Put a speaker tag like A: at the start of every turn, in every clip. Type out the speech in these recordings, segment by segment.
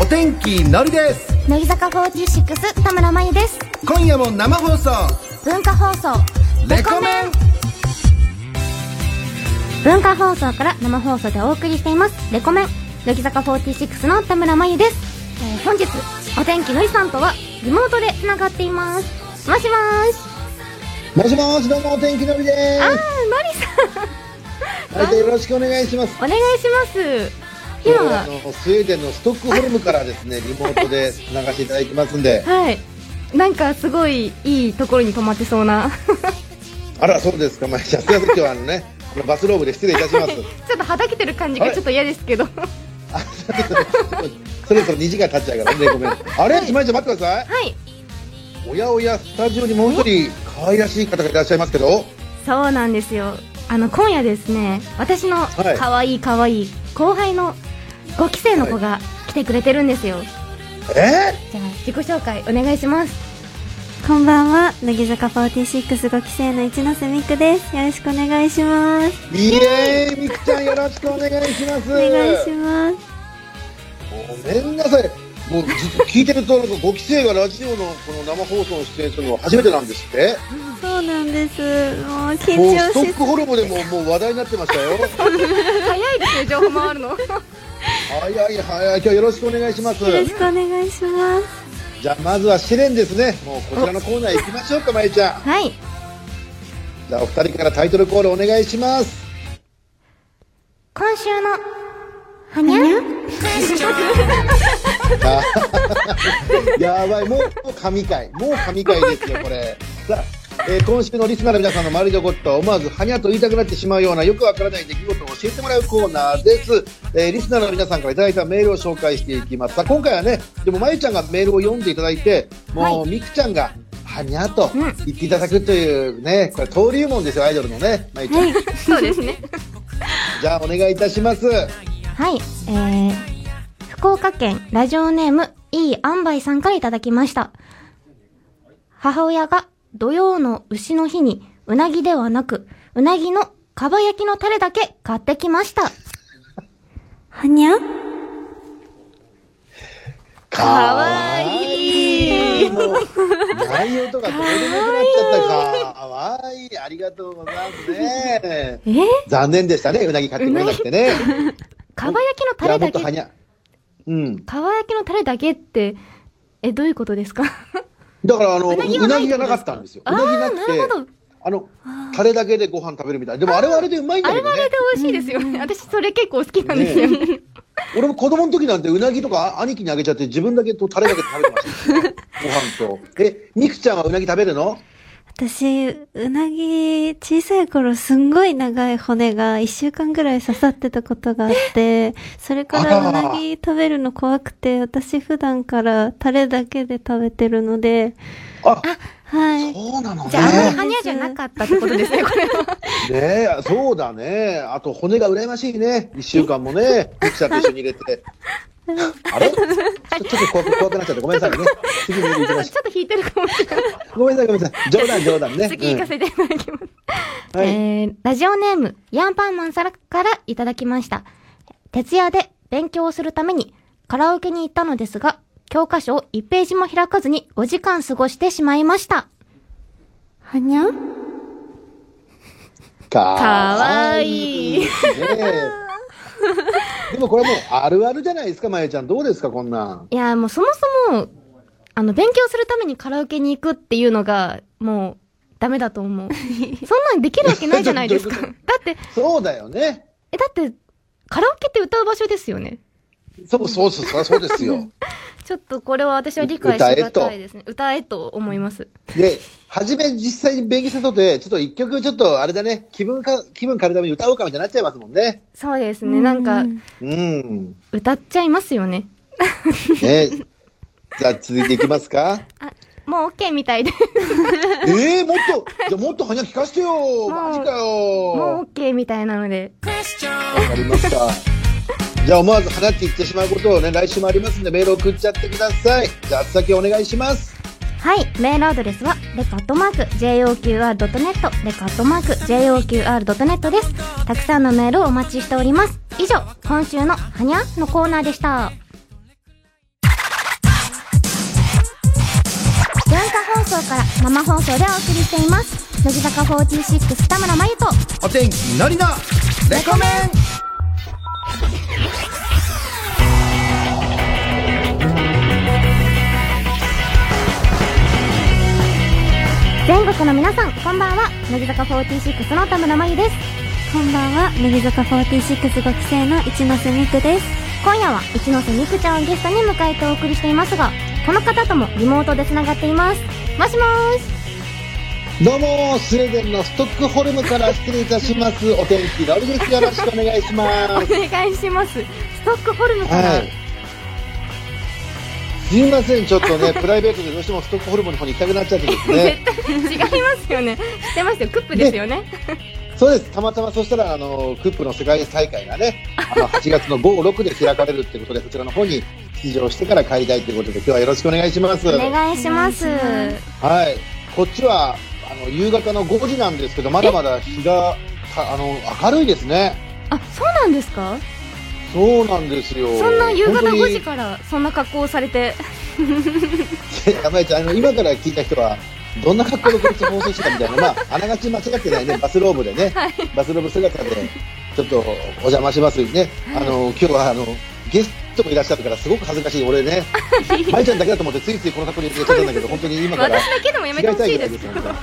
A: お天気のりです
B: 乃木坂46田村真由です
A: 今夜も生放送
B: 文化放送
A: レコメン
B: 文化放送から生放送でお送りしていますレコメン乃木坂46の田村真由です、えー本日お天気のりさんとはリモートでつながっていますもしもーし
C: もしもし、どうも、お天気のりで
B: あーのりさん
C: す。はい、よろしくお願いします。
B: お願いします今
C: あのスウェーデンのストックホルムからですね、リモートで流していただいてますんで。
B: はいなんかすごいいいところに泊まってそうな
C: あら、そうですか、まあ、じゃあ、すいません、今日はあのね、このバスローブで失礼いたし ます。
B: ちょっとはだけてる感じがちょっと嫌ですけどは
C: あちょっとそろそろ2時間経っちゃうからね、ごめん。あれ、しまいちゃん、待ってください。
B: い
C: おやおや、スタジオにもう一人、可愛らしい方がいらっしゃいますけど。
B: そうなんですよあの今夜ですね私の
C: はい
B: 可愛い可愛い後輩の5期生の子が来てくれてるんですよ、
C: え
B: じゃあ自己紹介お願いします
D: こんばんは、乃木坂465期生の一ノ瀬美久です。よろしくお願いします。
C: ー、イエーイ、みくちゃん、よろしくお願いします。
D: お願いします。
C: ごめんなさい。もう実は聞いてると、ご規制がラジオのこの生放送の出演するのは初めてなんですって。
D: そうなんです。もう緊
C: もう
D: 張
C: スト
D: し
C: ックホルムでももう話題になってました よ。
B: 早いですね情報回るの
C: 早い早い、今日はよろしくお願いします。
D: よろしくお願いしま
C: じゃあまずは試練ですね。もうこちらのコーナー行きましょうか、まゆちゃん。
B: はい
C: じゃあお二人からタイトルコールお願いします。
B: 今週のはにゃん
C: あやばい、もう神回、もう神回ですよ、これ。さあ、えー今週のリスナーの皆さんの周りで起こった思わずはにゃと言いたくなってしまうようなよくわからない出来事を教えてもらうコーナーです、えーリスナーの皆さんからいただいたメールを紹介していきますさあ今回はねでもまゆちゃんがメールを読んでいただいてもう、みくちゃんがはにゃと言っていただくというねこれ登竜門ですよアイドルのねまゆちゃん、
B: そうですね
C: じゃあお願いいたします
B: はい、えー、福岡県ラジオネーム、いいあんばいさんからいただきました。母親が土曜の牛の日に、うなぎではなく、うなぎのかば焼きのタレだけ買ってきました。
D: す。はにゃ
C: かわいいもう内容とかどうでもよくなっちゃったかわいいありがとうございますね
B: え
C: 残念でしたねうなぎ買ってくれなくてね
B: かば焼きの
C: い
B: タ
C: や
B: レ
C: も
B: だ
C: っとはに
B: け、
C: ゃうん
B: かば焼きのタレだけって、え、どういうことですか
C: だからあのう
B: う
C: な
B: なぎはない
C: ぎがなかったんですよう
B: あー
C: なぎなく
B: なるほ
C: て
B: ど
C: あのタレだけでご飯食べるみたいでもあれはあれでうまいんだ
B: あ
C: け
B: れ
C: ど
B: はあれで
C: ね
B: 美味しいですよね。私それ結構好きなんですよね。
C: 俺も子供の時なんてうなぎとかあ兄貴にあげちゃって自分だけとタレだけ食べてましたよご飯とえみくちゃんはうなぎ食べるの
D: 私、うなぎ、小さい頃すんごい長い骨が一週間ぐらい刺さってたことがあって、それからうなぎ食べるの怖くて、私普段からタレだけで食べてるので、
C: あ
D: はい。
C: そうなのね
B: じゃあ、あれはにゃじゃなかったってことですね、これは。
C: ねえ、そうだね。あと骨が羨ましいね。一週間もね、ミキサーと一緒に入 れて。あれちょちょっと怖く怖くなっちゃって、ごめんなさいね。次に行きまし
B: ちょっと引いてるかもしれ ない。
C: ょう。ごめんなさい、ごめんなさい。冗談、冗談ね。
B: 次行か
C: うん
B: せていただきます。
C: はい。
B: えーラジオネーム、ヤンパンマンさらからいただきました。徹夜で勉強をするためにカラオケに行ったのですが、教科書を1ページも開かずに5時間過ごしてしまいました。
D: はにゃ
C: か
B: わいい
C: ねえでもこれもうあるあるじゃないですか、まゆちゃん。どうですか、こんなん。
B: いや、もうそもそも、あの、勉強するためにカラオケに行くっていうのが、もう、ダメだと 思う。そんなんできるわけないじゃないですか。
C: ど
B: だ
C: ういう
B: って、
C: そうだよね。
B: え、だって、カラオケって歌う場所ですよね。
C: そうそうそう、そりゃそうです よ。
B: ちょっとこれは私は理解しがたいですね。歌えと思います。
C: で、初め実際に勉強したとて、ちょっと一曲、ちょっとあれだね、気分か、気分変えるために歌おうかみたいになっちゃいますもんね。
B: そうですね。なんか、
C: うん。
B: 歌っちゃいますよね。
C: ね、じゃあ続いていきますか。
B: もう OK みたいで。
C: ええもっと、じゃあもっとはにゃ聞かせてよ。
B: う
C: マジか
B: も
C: よ。
B: う OK みたいなので。
C: わかりました。じゃあ思わず放って言ってしまうことをね、来週もありますんでメール送っちゃってください。じゃあ宛先お願いします。
B: はい。メールアドレスは、レカットマーク、joqr.net、レカットマーク、joqr.net です。たくさんのメールをお待ちしております。以上、今週の、はにゃのコーナーでした。文化放送から生放送でお送りしています乃木坂46田村真由と
A: お天気のりのレコメ
B: 全国の皆さんこんばんは乃木坂46の田村真由です
D: こんばんは、乃木坂46ご期生の一ノ瀬美久です。
B: 今夜は一ノ瀬美空ちゃんをゲストに迎えてお送りしていますがこの方ともリモートでつながっていますもしもーし
C: どうも、スウェーデンのストックホルムから失礼いたします。お天気、ロリです。よろしくお願いしま
B: お
C: す。
B: 願いしますストックホルムから、
C: はい。すいません、ちょっとね、プライベートでどうしてもストックホルムの方に行きたくなっちゃってですね。
B: 違いますよね知ってましたよクップですよね
C: そうです。たまたまそしたら、あの、クップの世界大会がね、あ の、8月の午後6で開かれるってことで、そちらの方に出場してから帰りたいということで、今日はよろしくお願いします。
B: お願いします
D: お願いしま
C: はい。こっちは、あの、夕方の5時なんですけど、まだまだ日が、かあの、明るいですね。
B: あそうなんですか
C: そうなんですよ。
B: そんな夕方
C: 本当に
B: 5時からそんな格好をされて
C: やばいちゃん、あの、今から聞いた人は、どんな格好でこいつ放送してたみたいな、まあ、あながち間違ってな いね、バスローブでね、バスローブ姿で、ちょっとお邪魔しますね。あの、今日は、あの、ゲストもいらっしゃるから、すごく恥ずかしい、俺ね、まいちゃんだけだと思って、ついついこの格好に入れちゃったんだけど、本当に今から、
B: 私だけでもやめてほしいです
C: 違いたいぐらいですよね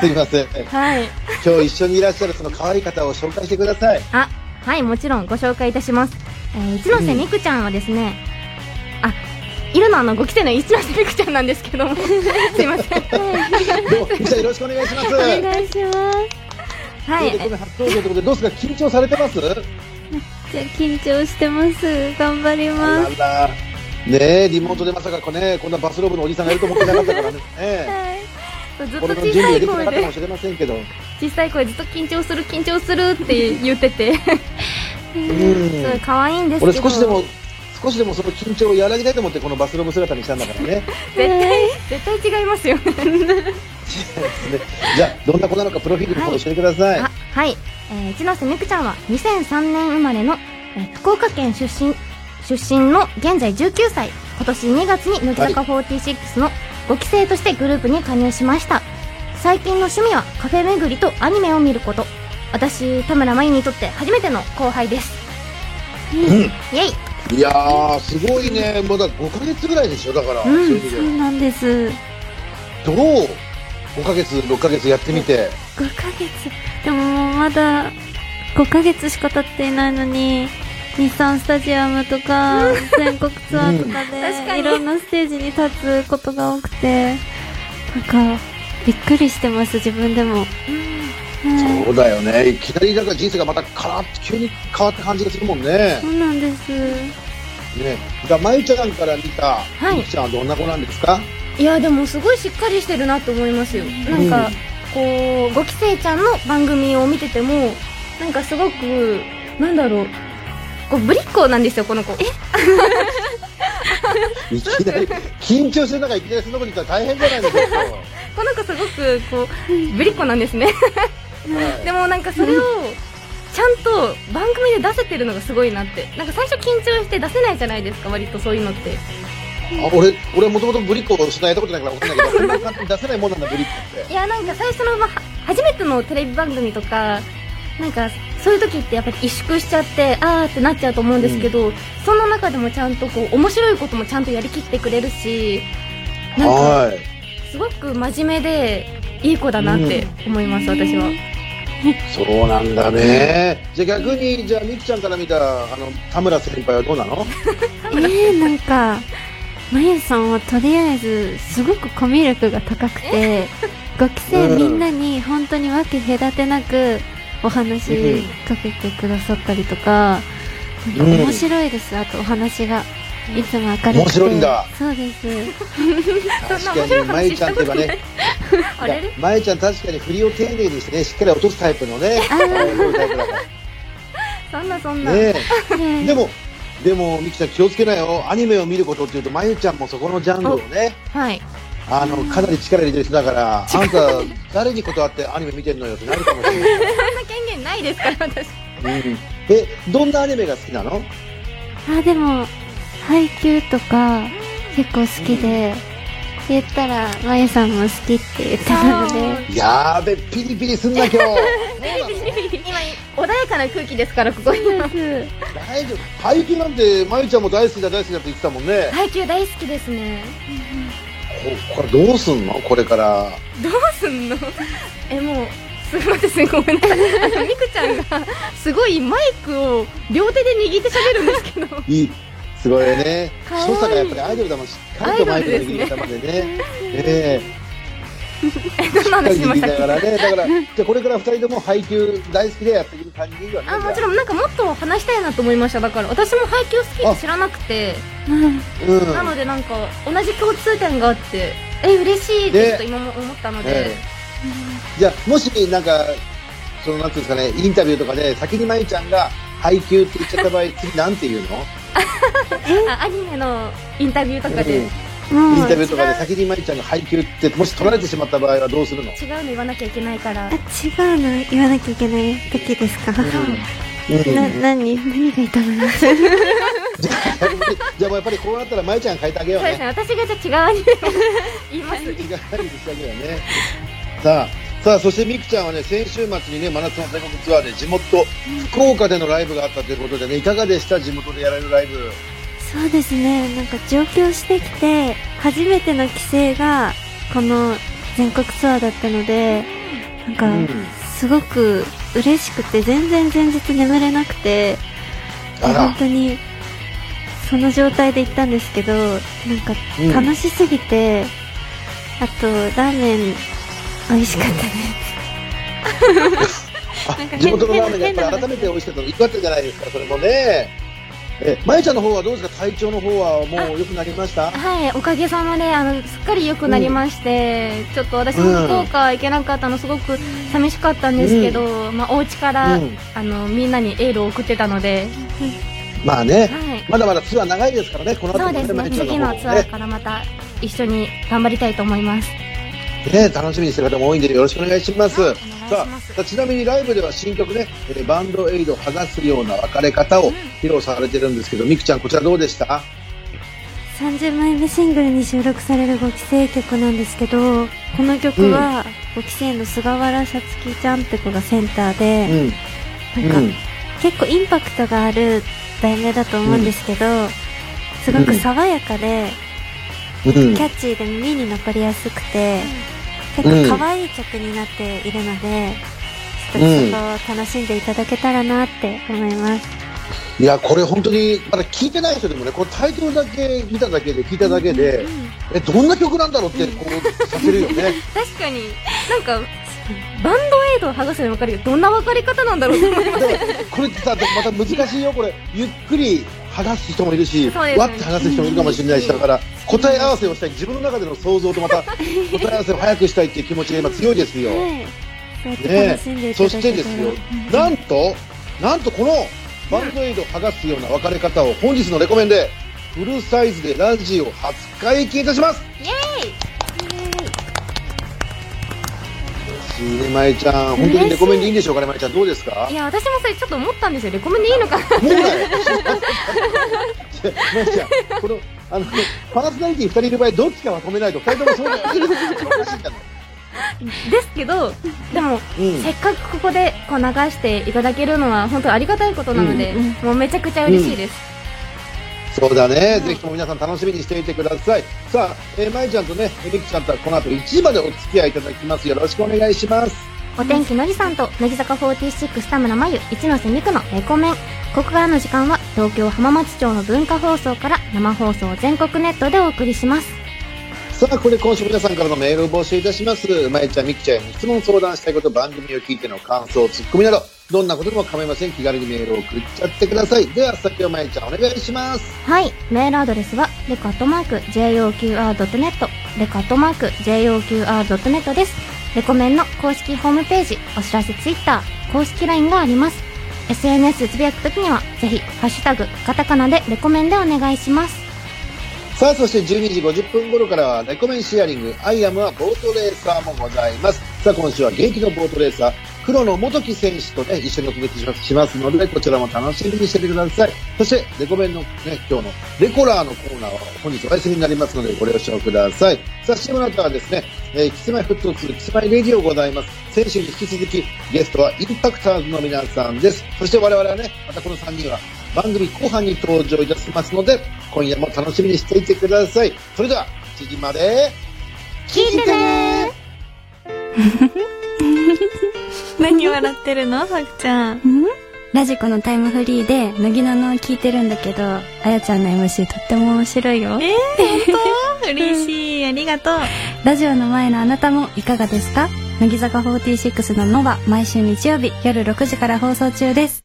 C: すいません。
B: はい
C: 今日一緒にいらっしゃるその可愛い方を紹介してください。
B: あはいもちろんご紹介いたします、えー一ノ瀬美空ちゃんはですね、あいるのはあのご期生の一ノ瀬美空ちゃんなんですけ どもすいません
C: どうも、みちゃんよろしくお願いし ます。
D: お願いします。
B: はい
C: ということで初登場ということで、どうですか、緊張されてます
D: じゃあ緊張してます。頑張りま
C: あ
D: す。
C: ららねえ、リモートでまさかこ,、ね、こんなバスローブのおじさんがいると思ってなかったからね、ね
B: えずっ
C: ことれ
B: 小
C: の準
B: さ
C: 備
B: い
C: できてな
B: 声
C: かったか
B: で
C: もしれませんけど、う
B: 小さい声でずっと緊張する緊張するって言っててすごい
C: ん、
B: 可愛いんですけど
C: 俺、少しでも、少しでもその緊張を和らげたいと思って、このバスローブ姿にしたんだからね、ね
B: 絶対絶対違いますよね
C: じゃあ、どんな子なのか、プロフィールの方教えてください。
B: あはい、えー、一ノ瀬美空ちゃんは2003年生まれの、えー福岡県出身出身の現在19歳今年2月に乃木坂46の5期生としてグループに加入しました最近の趣味はカフェ巡りとアニメを見ること私田村真由にとって初めての後輩です、イエイ
C: いやー、すごいね、まだ5ヶ月ぐらいでしょ、だから、
B: ん
C: そういう意味で
D: そ
C: は
D: うなんです。
C: どう、5ヶ月、6ヶ月やってみて、
D: 5ヶ月でももうまだ5ヶ月しか経っていないのに日産スタジアムとか全国ツアーとか
B: 確かに
D: でいろんなステージに立つことが多くてなんかびっくりしてます自分でも、はい
C: そうだよね、いきなりなんか人生がまたカラッと急に変わった感じがするもんね。
D: そうなんです
C: ね、じゃあ、まゆちゃんから見た、
B: い
C: ゆきちゃんはどんな子なんですか
B: いやでもすごいしっかりしてるなと思いますよなんか、
C: うん
B: こう5期生ちゃんの番組を見ててもなんかすごくなんだろうこうぶりっ子なんですよこの子え
C: いきなり、緊張してる中、いきなりその子に行ったら大変じゃないですか。
B: この子すごくこうぶりっ子なんですね でもなんかそれをちゃんと番組で出せてるのがすごいなってなんか最初緊張して出せないじゃないですか割とそういうのって
C: あ俺、俺もともとブリッコを失いたことないから分かんないけど、そんな簡単に出せないもんなんだ、ブリッコって。
B: いやなんか最初の、ま、初めてのテレビ番組とかなんかそういう時ってやっぱり萎縮しちゃってあーってなっちゃうと思うんですけど、そんな中でもちゃんとこう面白いこともちゃんとやりきってくれるしなんか
C: はい。
B: すごく真面目でいい子だなって思います、私は
C: そうなんだね。じゃあ逆に、じゃあ、みきちゃんから見た、あの、田村先輩はどうなの
D: えー、なんかまゆさんはとりあえずすごくコミュ力が高くて5期生みんなに本当に分け隔てなくお話かけてくださったりとかなんか
C: うん
D: 面白いですあとお話がいつも明るくて
C: 面白いんだ
D: そうです
C: 確かに、まゆちゃんっていえばね、
B: あれれ
C: まゆちゃん確かに振りを丁寧にしてね、しっかり落とすタイプのね、
D: あー
C: そういうタイプだから。
B: そんなそんな、
C: ね
D: ね
C: でも、でも、みきちゃん気をつけなよ。アニメを見ることっていうと、まゆちゃんもそこのジャンルをね、
B: はい
C: あの、かなり力入れてる人だから、あんた、誰に断ってアニメ見てんのよってなるかもしれない。
B: そんな権限ないですから私
C: うんえ、どんなアニメが好きなの
D: あでも配給とか結構好きで、言ったら、まゆさんも好きって言ってたの で、
C: やーべ、ピリピリすんな、今日。
B: 今、穏やかな空気ですから、ここに。
C: 大丈夫。俳句なんて、まゆちゃんも大好きだ、大好きだって言ってたもんね。
B: 耐久大好きですね。
C: ここれどうすんのこれから。
B: どうすんの え、もう、すみません、ごめんなさ い。あの、みくちゃんが、すごいマイクを両手で握って喋るんですけど。
C: いい。すごいね。
B: かわいい
C: 所作がやっぱりアイドルだもん、しっかりとマイクの握り方までね。 ええしっかり握りながらね。だから、じゃあこれから二人とも配給大好きでやっていく感じでいいよね。
B: あ、もちろん、なんかもっと話したいなと思いました。だから、私も配給好きって知らなくて、
C: ろん。うん。
B: なのでなんか、同じ共通点があって、え、嬉しいってちょっと今も思ったので、
C: ええじゃあ、もしなんか、そのなんていうんですかね、インタビューとかで、先にまゆちゃんが配給って言っちゃった場合、次なんて言うの
B: あアニメのインタビューとかで、
C: うん
B: 違
C: イン
D: もう
C: タ、ビューとかで先にまゆちゃんが配給って、もし取られてしまった場合はどうするの
B: うの言わなきゃいけないから
D: あ、違う、の言わなきゃいけない時ですか、
C: うん
D: な、何何がいたの
C: じゃあもうやっぱりこうなったらまゆちゃんが変えてあげよう
B: そうです
C: ね。
B: ね私がじゃあ違うアニメを 言います
C: 違う配してあげようね。 さあ、さあ、そしてみくちゃんはね、先週末にね、真夏の全国ツアーで地元、福岡でのライブがあったということでね、いかがでした地元でやられるライブ。
D: そうですね、なんか上京してきて、初めての帰省が、この全国ツアーだったので、なんか
C: うん、
D: すごく嬉しくて、全然前日眠れなくて、
C: あら
D: 本当に、その状態で行ったんですけど、なんか
C: うん
D: 楽しすぎて、あと、ラーメン、美味しかったです。
C: あ
D: なんか変
C: 地元のラーメンがやっぱり改めて美味しかったの、良かったじゃないですか、それもね。え、まゆちゃんの方はどうですか体調の方はもう良くなりました
B: はいおかげさまであのすっかり良くなりまして、ちょっと私も福岡行けなかったのすごく寂しかったんですけど、まあ、お家から、
C: うん
B: あのみんなにエールを送ってたので、
C: まあね、
B: はい
C: まだまだツアー長いですからね、この後
B: そ
C: も
B: うです
C: まゆ
B: ね
C: ちゃん
B: 次
C: の
B: の
C: 方
B: ツ
C: も
B: ア
C: ね
B: ーからまた一緒に頑張りたいと思います
C: ね、楽しみにしてる方も多いんでよろしくお願いします。
B: はいお願いします
C: さあさあ、ちなみにライブでは新曲ね、えーバンドエイドを剥がすような別れ方を披露されてるんですけど、みくちゃんこちらどうでした？
D: 30枚目シングルに収録される5期生曲なんですけど、この曲は、5期生の菅原さつきちゃんって子がセンターで、
C: うん、
D: な
C: うんん
D: か、結構インパクトがある題名だと思うんですけど、すごく爽やかで、
C: うん
D: キャッチーで耳に残りやすくて、結構可愛い曲になっているので、ちょっ
C: うん
D: とそこを楽しんでいただけたらなって思います。
C: いやこれ本当にまだ聞いてない人でもね、このタイトルだけ見ただけで聞いただけで、えどんな曲なんだろうってこうさせるよね。
B: 確かになんかバンドエイドを剥がすの分かるけどどんな分かり方なんだろうと思いま
C: でもこれってさまた難しいよこれ。ゆっくり剥がす人もいるし、
B: そうですね
C: わって剥がす人もいるかもしれないし、だから答え合わせをしたい自分の中での想像とまた答え合わせを早くしたいっていう気持ちが今強いですよ。
D: はい。そうやって
C: ね
D: 楽しんでいた
C: そ
D: だ
C: し
D: け
C: てで
D: た
C: す
D: ら
C: よ、なんと、なんとこのバンドエイドを剥がすような別れ方を本日のレコメンで、フルサイズでラジオ初解禁いたします。イエーイ。まゆちゃん、本当にレコメンでいいんでしょうかね、まゆちゃん、どうですか
B: す い。や私もそれちょっと思ったんですよレコメンでいいのかな
C: もうだよ。まゆちゃん、この、あの、パーソナリティ二人いる場合、どっちかは止めないと、二人ともそうだよ。おかしいんだもん
B: ですけどでも、
C: うん
B: せっかくここでこう流していただけるのは本当ありがたいことなので、もうめちゃくちゃ嬉しいです、
C: そうだね、ぜひとも皆さん楽しみにしていてください。さあ、えー、まゆちゃんとね、えりきちゃんとはこの後1時までお付き合いいただきます。よろしくお願いします。
B: お天気のりさんと乃木坂46田村真由一ノ瀬美空のレコメンここからの時間は東京浜松町の文化放送から生放送全国ネットでお送りします
C: さあ、これ今週皆さんからのメールを募集いたします。まゆちゃん、みきちゃんへの質問、相談したいこと、番組を聞いての感想、ツッコミなど、どんなことでも構いません。気軽にメールを送っちゃってください。では、先をまゆちゃんお願いします。
B: はい。メールアドレスは、レカットマーク、JOQR.net、レカットマーク、JOQR.net です。レコメンの公式ホームページ、お知らせツイッター、公式 LINE があります。SNS でつぶやくときには、ぜひ、ハッシュタグ、カタカナでレコメンでお願いします。
C: さあ、そして12時50分頃からは、レコメンシェアリング、アイアムはボートレーサーもございます。さあ、今週は元気のボートレーサー、黒野元木選手とね、一緒にお届けしますので、こちらも楽しみにしててください。そして、レコメンのね、今日のレコラーのコーナーは本日お休みになりますので、ご了承ください。さあ、CM の後はですね、えー、キスマイフットツー、キスマイレディオございます。先週に引き続き、ゲストはインパクターズの皆さんです。そして我々はね、またこの3人は番組後半に登場いたしますので、今夜も楽しみにしていてください。それでは、7時まで、
B: 聞いてね
E: 何笑ってるのはくちゃん。
F: ラジコのタイムフリーで、乃木ののを聞いてるんだけど、あやちゃんの MC とっても面白いよ。
E: えー、本当嬉しい。ありがとう。
F: ラジオの前のあなたもいかがですか乃木坂46ののは毎週日曜日夜6時から放送中です。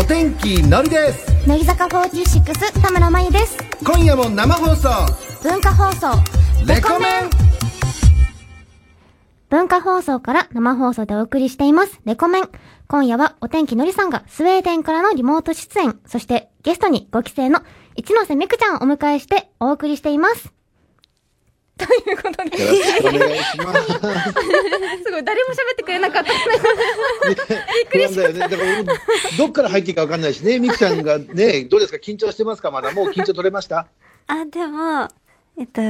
A: お天気のりです
B: 乃木坂46田村真由です
A: 今夜も生放送
B: 文化放送
A: レコメン
B: 文化放送から生放送でお送りしています、レコメン。今夜はお天気のりさんがスウェーデンからのリモート出演、そしてゲストにご帰省の一ノ瀬美空ちゃんをお迎えしてお送りしています。ということで、
C: よろしくお願いします。
B: すごい、誰も喋ってくれなかった。
C: 不安だよね。だから俺もどっから入っていいかわかんないしね。みきちゃんがね、どうですか緊張してますかまだもう緊張取れ ました
D: あ、でも、えっと、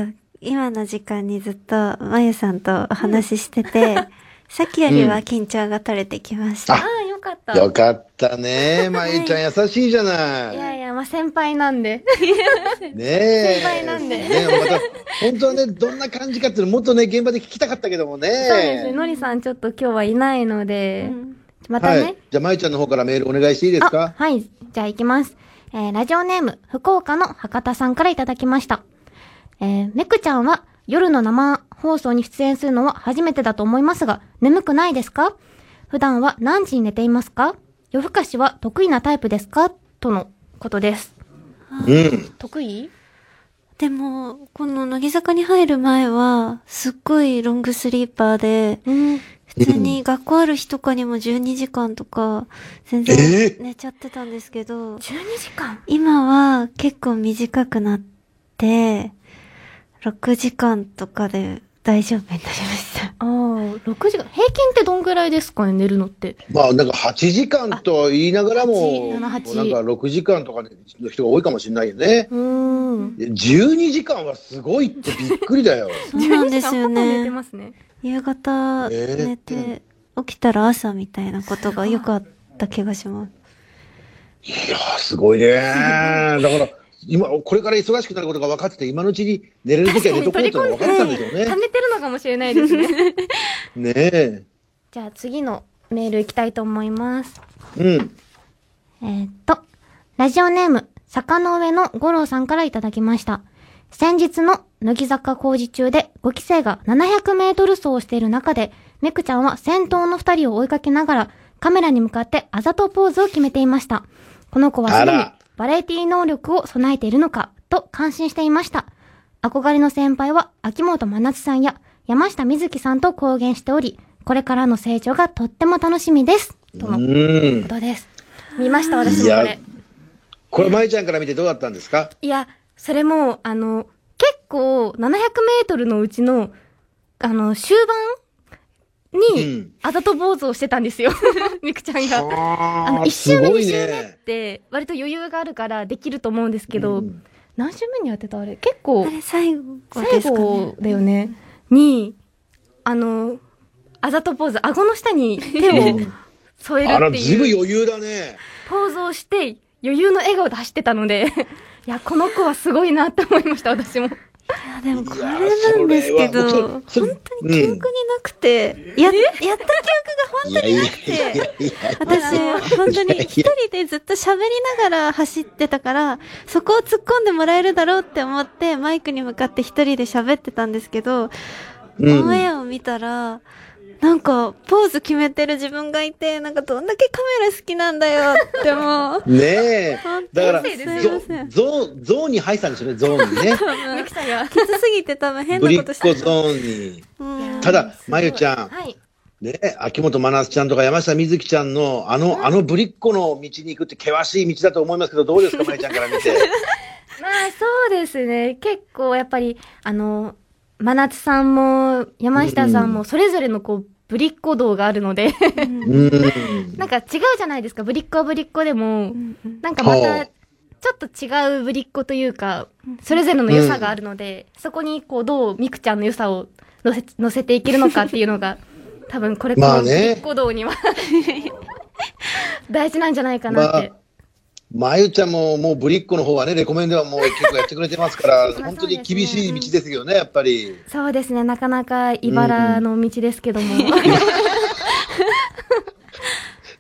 D: 今の時間にずっと、まゆさんとお話しして て、さっきよりは緊張が取れてきました。
C: あ
B: あ、よかった。
C: よかったね。まゆちゃん優しいじゃないい。
B: やいや、まあ、先輩なんで。
C: ねえ。
B: 先輩なんで
C: ねまた、本当はね、どんな感じかっていうのもっとね、現場で聞きたかったけどもね。
B: そうですね、のりさんちょっと今日はいないので、またね、
C: はい。じゃあ、まゆちゃんの方からメールお願いしていいです
B: あ
C: か、
B: はい。じゃあ行きます。えー、ラジオネーム、福岡の博多さんからいただきました。えー、めくちゃんは夜の生放送に出演するのは初めてだと思いますが、眠くないですか普段は何時に寝ていますか夜更かしは得意なタイプですかとのことです。
C: うん。
B: 得意
D: でも、この乃木坂に入る前は、すっごいロングスリーパーで、
B: うん。
D: 普通に学校ある日とかにも12時間とか、全
C: え
D: 然寝ちゃってたんですけど、
B: 12時間
D: 今は結構短くなって、6時間とかで大丈夫になりました。
B: ああ、6時間。平均ってどんぐらいですかね、寝るのって。
C: まあ、なんか8時間とは言いながらも、
B: あ
C: なんか
B: 8 7 8
C: 6時間とかの人が多いかもしれないよね。
B: うーん。
C: 12時間はすごいってびっくりだよ。
D: そうなんですよ
B: 12時間ほぼ寝て
D: ね。
B: ますね。
D: 夕方
C: えー
D: 寝て、起きたら朝みたいなことがよくあった気がします。
C: いやー、すごいねー。だから、今、これから忙しくなることが分かってて、今のうちに寝れる時は寝とこうってのが分かってたんでしょう
B: 溜
C: ね。
B: めてるのかもしれないですね。
C: ねえ。
B: じゃあ次のメールいきたいと思います。
C: うん。
B: えーっと、ラジオネーム、坂の上の五郎さんからいただきました。先日の乃木坂工事中で5期生が700メートル走をしている中で、めくちゃんは先頭の2人を追いかけながらカメラに向かってあざとポーズを決めていました。この子はすで
C: あ
B: に
C: ら
B: バラエティ能力を備えているのかと感心していました。憧れの先輩は秋元真夏さんや山下美月さんと公言しており、これからの成長がとっても楽しみです。と
C: う
B: の
C: ん
B: こ。とです。見ました、私
C: い
B: もこ
C: や
B: れ。、
C: これ、まゆちゃんから見てどうだったんですか
B: いや、それも、あの、結構、700メートルのうちの、あの、終盤に、
C: うん
B: あざと坊主をしてたん ですよ。みくちゃんが。あ
C: あ
B: の、
C: ー
B: 1周目、
C: すご
B: 2
C: い
B: 周目っ
C: ね。
B: て、割と余裕があるからできると思うんですけど、
C: うん
B: 何周目にやってたあれ結構
D: あ、れ最後で
B: 最
D: すかね
B: 後。だよね。に、あの、あざとポーズ、顎の下に手を添え
C: あ
B: るっ
C: ら、
B: て
C: ずいぶん
B: いう
C: 余裕だね。
B: ポーズをして、余裕の笑顔で走ってたので、 いや、この子はすごいなって思いました、私も。
D: いや、でもこれなんですけ
C: いや
D: ど、
C: それは
D: 本
C: そ
D: 当
C: れ
D: に記憶になくて、や、やった記憶が本
C: い
D: 当
C: や
D: に
C: いやい
D: やいや
C: やいや。
D: 私、本当に一人でずっと喋りながら走ってたから、そこを突っ込んでもらえるだろうって思って、マイクに向かって一人で喋ってたんですけど、
C: うん、
D: オンエアを見たら、なんか、ポーズ決めてる自分がいて、なんかどんだけカメラ好きなんだよってもう
C: ねえ。だから、
D: 本当にすいません。
C: ゾゾーン、ゾーンに入ってたんですよね、ゾーンにね。
D: うんきつすぎて多分 変
C: ぶ
D: な
C: りっ
D: こ
C: 子ゾ
D: としてた。
C: ーンに。
D: うん
C: ただ、まゆちゃん、
B: はい。
C: ね、秋元真夏ちゃんとか山下美月ちゃんの、あの、あのぶりっ子の道に行くって険しい道だと思いますけど、どうですか、 まゆちゃんから見て。
B: まあ、そうですね。結構、やっぱり、あの、真夏さんも山下さんもそれぞれのこう、ぶりっ子道があるので、
C: うん。
B: なんか違うじゃないですか、ぶりっ子はぶりっ子でも、なんかま
C: は
B: た、
C: あ
B: ちょっと違うぶりっ子というか、それぞれの良さがあるので、そこにこう、どうみくちゃんの良さを乗せ、乗せていけるのかっていうの が、多分これから
C: まあ
B: のぶ
C: ね
B: りっ子道には、 大事なんじゃないかなって。、
C: まゆちゃんももうぶりっ子の方はね、レコメンではもう結構やってくれてますから
B: まあ
C: 本当に厳しい道ですよね、やっぱり。
B: そうですね、なかなか茨の道ですけども。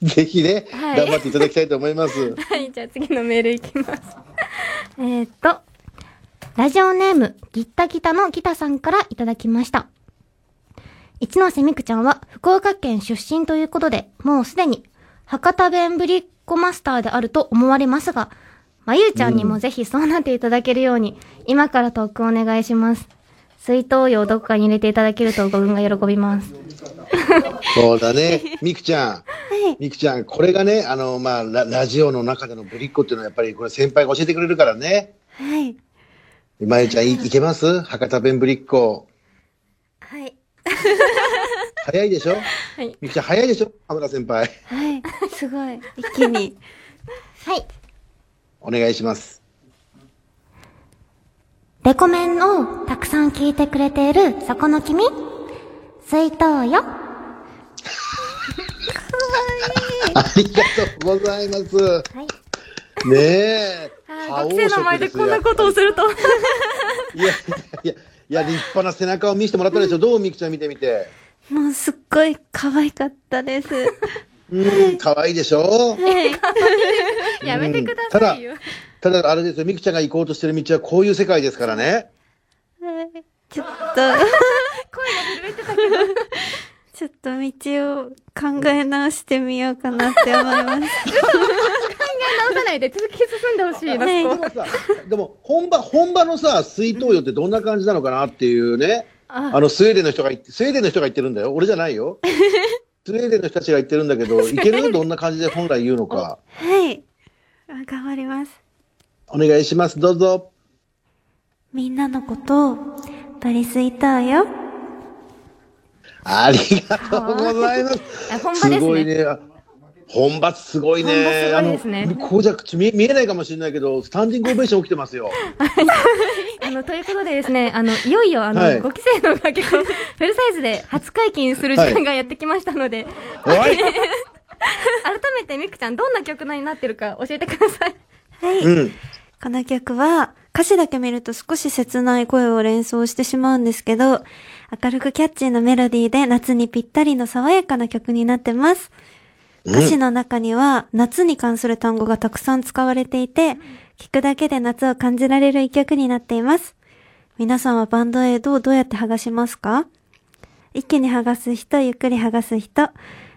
C: ぜひね、
B: はい
C: 頑張っていただきたいと思います。
B: はい、じゃあ次のメールいきます。 えーっと、ラジオネーム、ギッタギタのギタさんからいただきました。一ノ瀬美空ちゃんは福岡県出身ということで、もうすでに博多弁ぶりっ子マスターであると思われますが、まゆうちゃんにもぜひそうなっていただけるように、今からトークお願いします。水筒用をどこかに入れていただけるとご分が喜びます。
C: そうだ ね、みくちゃん。みくちゃん、これがね、あの、まあラ、ラジオの中でのぶりっ子っていうのは、やっぱりこれ先輩が教えてくれるからね。
D: はい。
C: まゆちゃん、いいけます博多弁ぶりっ子。
B: はい。
C: 早いでしょ
B: い
C: みくちゃん、早いでしょ田村先輩。
D: はい。 すごい。一気に。
B: はい。
C: お願いします。
B: レコメンをたくさん聞いてくれているそこの君水筒よ
C: ありがとうございます。ねえ。
B: 学生の前でこんなことをすると。
C: いやいやいや、いや、立派な背中を見せてもらったでしょ。どうみくちゃん見てみて。
D: もうすっごい可愛かったです。
C: うん、可愛いでしょ
B: やめてくださ
C: た だ
B: いよ。、
C: ただあれですよ、みくちゃんが行こうとしてる道はこういう世界ですからね。
D: はいちょっと、 ちょっと道を考え直してみようかなって思います。
B: 直さないで続き進んでほしいな。
D: はい
C: でもさ、でも本場、本場のさ、水筒魚ってどんな感じなのかなっていうね、あの、スウェーデンの人が言って、スウェーデンの人が言ってるんだよ。俺じゃな いよ。スウェーデンの人たちが言ってるんだけど、いけるどんな感じで本来言うのか。
D: はい。あ頑張ります。
C: お願いします。どうぞ。
D: みんなのことを、バリスイターよ。
C: ありがとうございます。
B: あ本場です
C: ごい
B: すね。
C: ね。本場すごいね。
B: 本場すごいですね
C: あのこうじゃ見え見えないかもしれないけど、スタンディングオベーション起きてま すよ。
B: あの、ということでですね、あの、いよいよ、あの、
C: はい
B: ご期生のが結 構、フルサイズで初解禁する時間がやってきましたので、
C: おい
B: 改めてみくちゃん、どんな曲になってるか教えてください。
D: はい。
C: うん。
D: この曲は、歌詞だけ見ると少し切ない声を連想してしまうんですけど、明るくキャッチーなメロディーで夏にぴったりの爽やかな曲になってます。歌詞の中には夏に関する単語がたくさん使われていて、聞くだけで夏を感じられる一曲になっています。皆さんはバンドエイドをどうやって剥がしますか一気に剥がす人、ゆっくり剥がす人。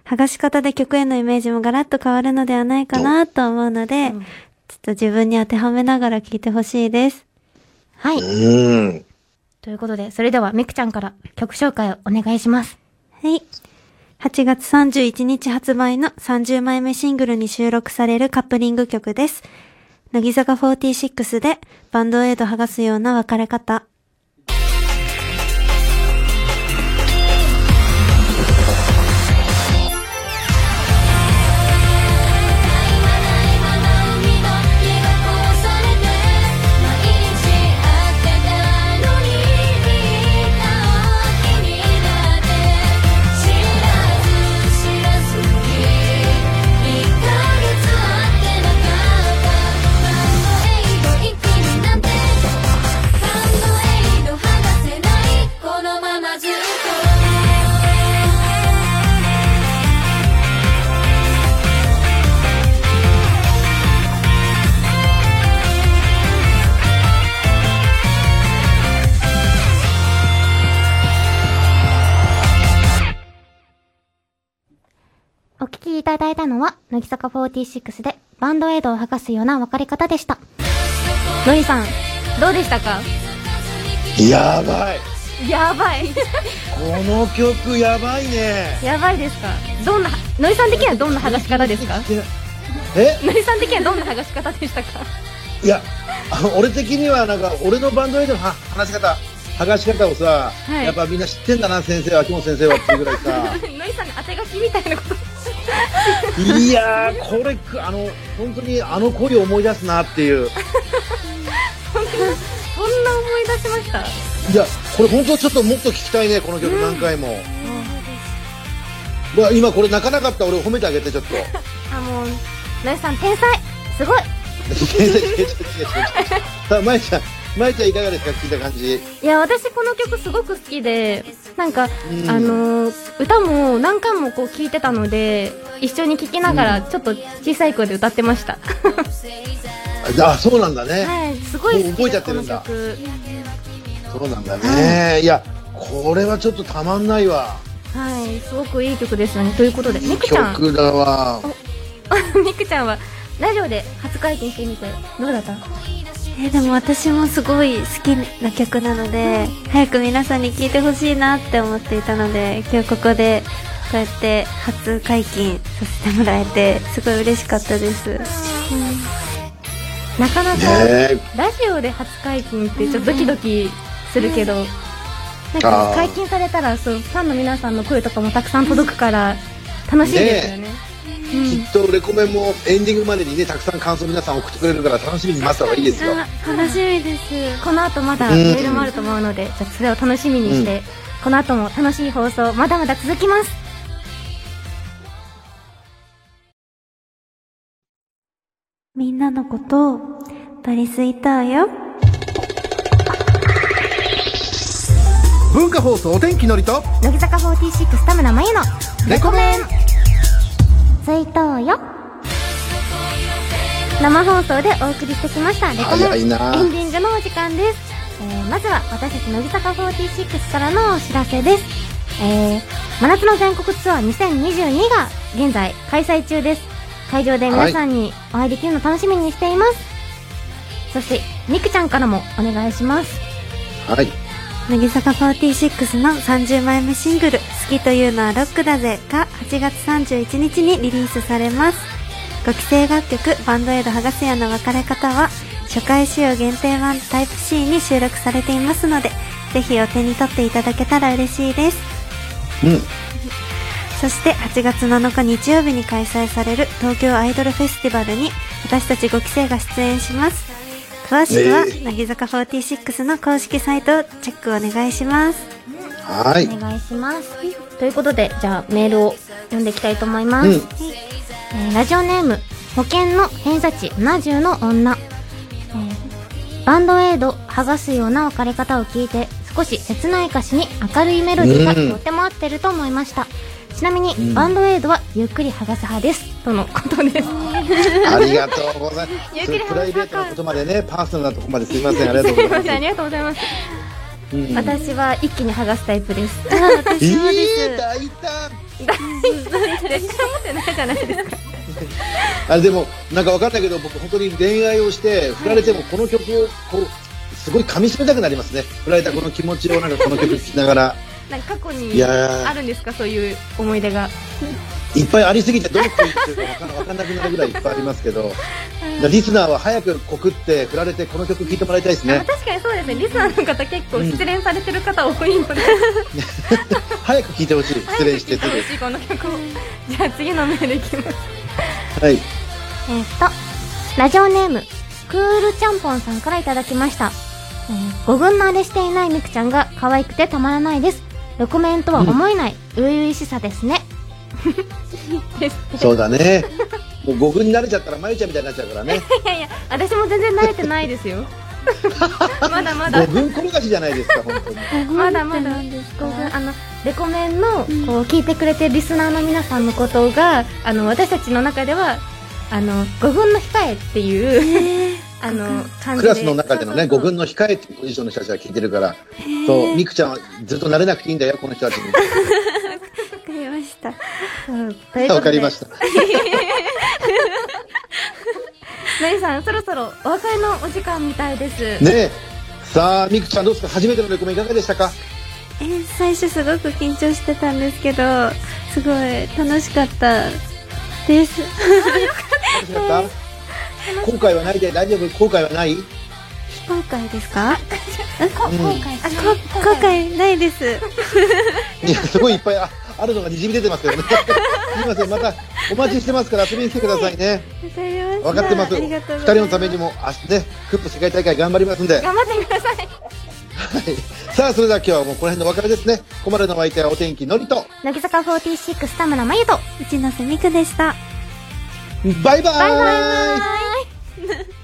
D: 剥がし方で曲へのイメージもガラッと変わるのではないかなと思うので、ちょっと自分に当てはめながら聴いてほしいです。
B: はい。
C: うん。
B: ということで、それではみくちゃんから曲紹介をお願いします。
D: はい。8月31日発売の30枚目シングルに収録されるカップリング曲です。乃木坂46でバンドエイド剥がすような別れ方。
G: このままずっと
B: お聞きいただいたのは、乃木坂46でバンドエイドを剥がすような別れ方でした。のりさん、どうでした か
C: やばい。
B: やばい。
C: この曲やばいね。
B: やばいですかどんな、のりさん的にはどんな剥がし方ですか
C: え
B: のりさん的にはどんな剥がし方でしたか
C: いや、あの俺的にはなんか、俺のバンドエイドのは話し方、剥がし方をさ、
B: はい
C: やっぱみんな知ってんだな、先生は、秋元先生はっていうぐらい さ。
B: のりさんの当て書きみたいなこと。
C: いやー、これ、くあの、本当にあの声を思い出すなっていう。
B: そんな思い出しました。
C: いや、これ本当ちょっともっと聞きたいね、この曲何回も。うわ今これ泣かなかった俺を褒めてあげてちょっ と。
B: あ、もう、のりさん天才すごい
C: 違う違う違う違う違うさあ、まいちゃん、まいちゃんいかがですか聞いた感じ。
B: いや、私この曲すごく好きで、なんか、
C: うん
B: あのー、歌も何回もこう聴いてたので、一緒に聴きながら、ちょっと小さい声で歌ってました。
C: あ、そうなんだね。
B: はい、すごい好
C: もう覚え
B: き
C: ちゃ
B: で
C: っ
B: す、この
C: てるんだ
B: 曲。
C: そうなんだね。いや、これはちょっとたまんないわ。
B: はい、すごくいい曲ですよね。ということで、
C: い
B: み
C: い
B: くちゃん、
C: 曲だわ。
B: みくちゃんは、ラジオで初解禁してみて、どうだった
D: えでも私もすごい好きな曲なので、早く皆さんに聴いてほしいなって思っていたので今日ここでこうやって初解禁させてもらえてすごい嬉しかったです
B: なかなか、
C: ね
B: ラジオで初解禁ってちょっとドキドキするけど、なんか
C: あー
B: 解禁されたらそうファンの皆さんの声とかもたくさん届くから楽しいですよね。
C: え、きっとレコメンもエンディングまでにね、たくさん感想皆さん送ってくれるから楽しみに待った方がいいですよ。
D: 楽しみです
B: この後まだ
C: うん
B: メールもあると思うので、ちょっとそれを楽しみにして、この後も楽しい放送まだまだ続きます。
D: みんなのことをバリスイターよ
A: 文化放送お天気のりと
B: 乃木坂46田村真由の
A: レコメン
B: 追悼よ生放送でお送りしてきましたレコ
C: 早
B: メンエ
C: い
B: ンデ
C: な
B: ィングのお時間です、えーまずは私たち乃木坂46からのお知らせです、えー真夏の全国ツアー2022が現在開催中です会場で皆さんにお会いできるの楽しみにしています、そしてみくちゃんからもお願いします
C: はい。
D: 乃木坂46の30枚目シングル「好きというのはロックだぜ」が8月31日にリリースされますご規制楽曲「バンドエイド剥がすやの別れ方」は初回仕様限定版タイプ C に収録されていますのでぜひお手に取っていただけたら嬉しいです
C: うん。
D: そして8月7日日曜日に開催される東京アイドルフェスティバルに私たち5期生が出演します詳しくは、
C: え
D: 乃木坂46の公式サイトをチェックお願いします
C: はい。
B: お願いしますということでじゃあメールを読んでいきたいと思います、
C: うん
B: えーラジオネーム保険の偏差値70の女、えーバンドエイド剥がすような別れ方を聞いて少し切ない歌詞に明るいメロディーが
C: うん
B: とても合ってると思いました、ちなみに、バンドエイドはゆっくり剥がす派ですとのことです
C: ありがとうござい ます。
B: ゆっ
C: そ
B: く
C: う
B: り
C: いう
B: 話
C: プライベートなことまでね、パーソナルなとこまですいま せん。ありがとうございます。
B: ありがとうございます、
C: うん
B: 私は一気に剥がすタイプです
C: えー、大胆 あれでもなんか分かんないけど僕本当に恋愛をして振られてもこの曲をこうすごい噛み締めたくなりますね振られたこの気持ちをなんかこの曲聴きながら
B: なんか過去
C: い
B: に
C: やー
B: あるんですかそういう思い出が
C: いっぱいありすぎてどれ食いっていうか分かん分かんなくなるぐらいいっぱいありますけどリスナーは早く告って振られてこの曲聴いてもらいたいですね
B: 確かにそうですねリスナーの方結構失恋されてる方多いので、
C: 早く聴いてほしい失礼してすぐ
B: この曲をじゃあ次のメールいきます
C: はい
B: えーっとラジオネームクールちゃんぽんさんからいただきました、えー、ご軍のあれしていないみくちゃんが可愛くてたまらないですロコメンとは思えない初々、しさですねです
C: そうだねもう五軍に慣れちゃったらまゆちゃんみたいになっちゃうからね
B: いやいや私も全然慣れてないですよまだまだ
C: 五軍転がしじゃないですか本当に
B: まだまだあのレコメンのこう聞いてくれてるリスナーの皆さんのことがあの私たちの中ではあの五軍の控えっていう、あの感じ
C: クラスの中でのね、
B: そうそうそ
C: 5
B: う
C: 軍の控えってポジションの人たちが聞いてるから、そう、みくちゃんはずっと慣れなくていいんだよ、この人たちに。
D: わかりました
B: そうということで
C: わかりました。
B: のりさんそろそろお別れのお時間みたいです、
C: ねえ。さあ、みくちゃんどうですか初めてのレコメンいかがでしたか
D: えー最初すごく緊張してたんですけどすごい楽しかった です
C: 楽しかった後悔はないで、大丈夫後悔はない
D: 今回ですか後
C: 悔
D: 悔ないです。
C: いやすごいいっぱいああるのがにじみ出てますけ どねすいませんまたお待ちしてますから遊びに来てくださいね
D: わかりま
C: 分かってま
D: した。
C: す
D: ありがとう
C: 2
D: ご
C: 人
D: ざい
C: の
D: ます
C: ためにも明日ねクップ世界大会頑張りますんで
B: 頑張ってください。
C: はいさあそれでは今日はもうこの辺のお別れですねここまでのお相手はお天気のりと
B: 乃木坂46田村真由と。
D: 一ノ瀬美久でした。
C: バイバーイ
B: バイ